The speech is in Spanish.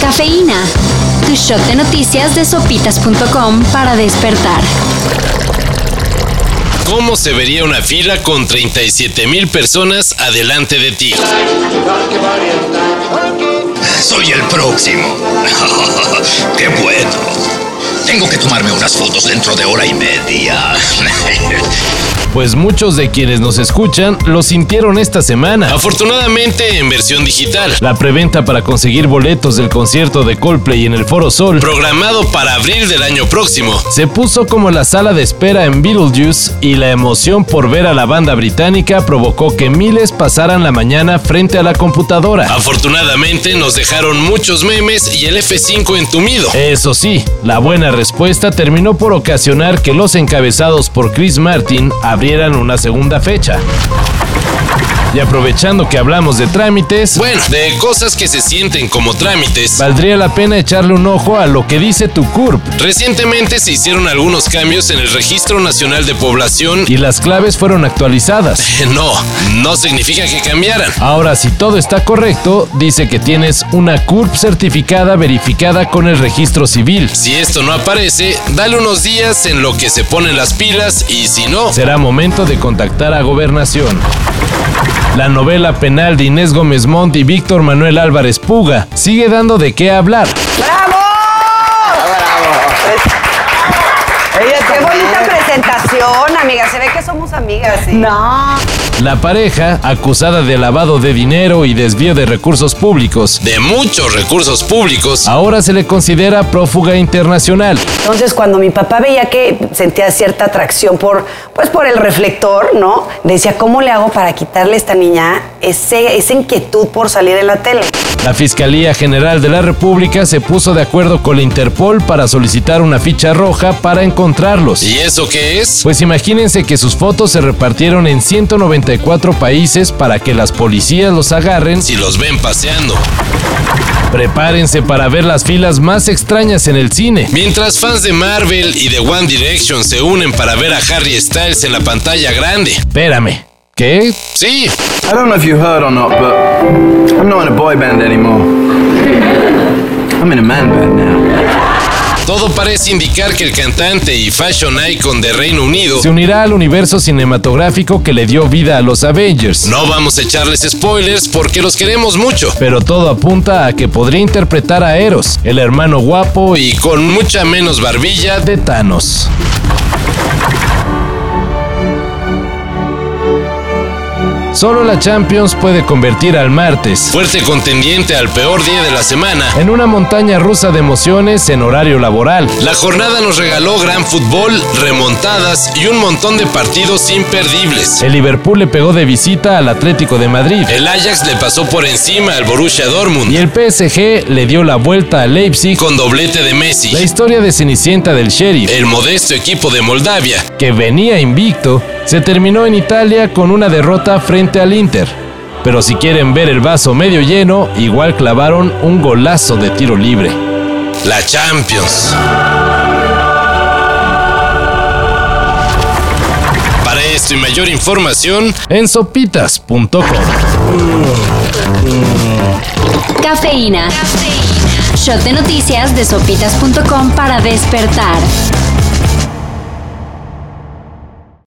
Cafeína. Tu shot de noticias de sopitas.com para despertar. ¿Cómo se vería una fila con 37 mil personas adelante de ti? Soy el próximo. ¡Qué bueno! Tengo que tomarme unas fotos dentro de hora y media. Pues muchos de quienes nos escuchan lo sintieron esta semana. Afortunadamente en versión digital. La preventa para conseguir boletos del concierto de Coldplay en el Foro Sol, programado para abril del año próximo, se puso como la sala de espera en Beetlejuice y la emoción por ver a la banda británica provocó que miles pasaran la mañana frente a la computadora. Afortunadamente nos dejaron muchos memes y el F5 entumido. Eso sí, la buena respuesta terminó por ocasionar que los encabezados por Chris Martin abrieran una segunda fecha. Y aprovechando que hablamos de trámites, bueno, de cosas que se sienten como trámites, valdría la pena echarle un ojo a lo que dice tu CURP. Recientemente se hicieron algunos cambios en el Registro Nacional de Población y las claves fueron actualizadas. no, no significa que cambiaran. Ahora, si todo está correcto, dice que tienes una CURP certificada verificada con el registro civil. Si esto no aparece, dale unos días en lo que se ponen las pilas y si no, será momento de contactar a gobernación. La novela penal de Inés Gómez Montt y Víctor Manuel Álvarez Puga sigue dando de qué hablar. ¡Bravo! ¡Qué bonita presentación, amiga! Se ve que somos amigas. ¿sí? No. La pareja, acusada de lavado de dinero y desvío de recursos públicos, de muchos recursos públicos, ahora se le considera prófuga internacional. Entonces, cuando mi papá veía que sentía cierta atracción por, pues, por el reflector, ¿no? Decía, ¿cómo le hago para quitarle a esta niña ese, esa inquietud por salir en la tele? La Fiscalía General de la República se puso de acuerdo con la Interpol para solicitar una ficha roja para encontrarlos. ¿Y eso qué es? Pues imagínense que sus fotos se repartieron en 194 países para que las policías los agarren si los ven paseando. Prepárense para ver las filas más extrañas en el cine. Mientras fans de Marvel y de One Direction se unen para ver a Harry Styles en la pantalla grande. Espérame. ¿Qué? Sí. I don't know if you heard or not, but I'm not in a boy band anymore. I'm in a man band now. Todo parece indicar que el cantante y fashion icon de Reino Unido se unirá al universo cinematográfico que le dio vida a los Avengers. No vamos a echarles spoilers porque los queremos mucho, pero todo apunta a que podría interpretar a Eros, el hermano guapo y con mucha menos barbilla de Thanos. Solo la Champions puede convertir al martes, fuerte contendiente al peor día de la semana, en una montaña rusa de emociones en horario laboral. La jornada nos regaló gran fútbol, remontadas y un montón de partidos imperdibles. El Liverpool le pegó de visita al Atlético de Madrid. El Ajax le pasó por encima al Borussia Dortmund. Y el PSG le dio la vuelta al Leipzig con doblete de Messi. La historia de Cenicienta del Sheriff, el modesto equipo de Moldavia, que venía invicto, se terminó en Italia con una derrota frente al Inter. Pero si quieren ver el vaso medio lleno, igual clavaron un golazo de tiro libre. La Champions. Para esto y mayor información en sopitas.com. Cafeína. Shot de noticias de sopitas.com para despertar.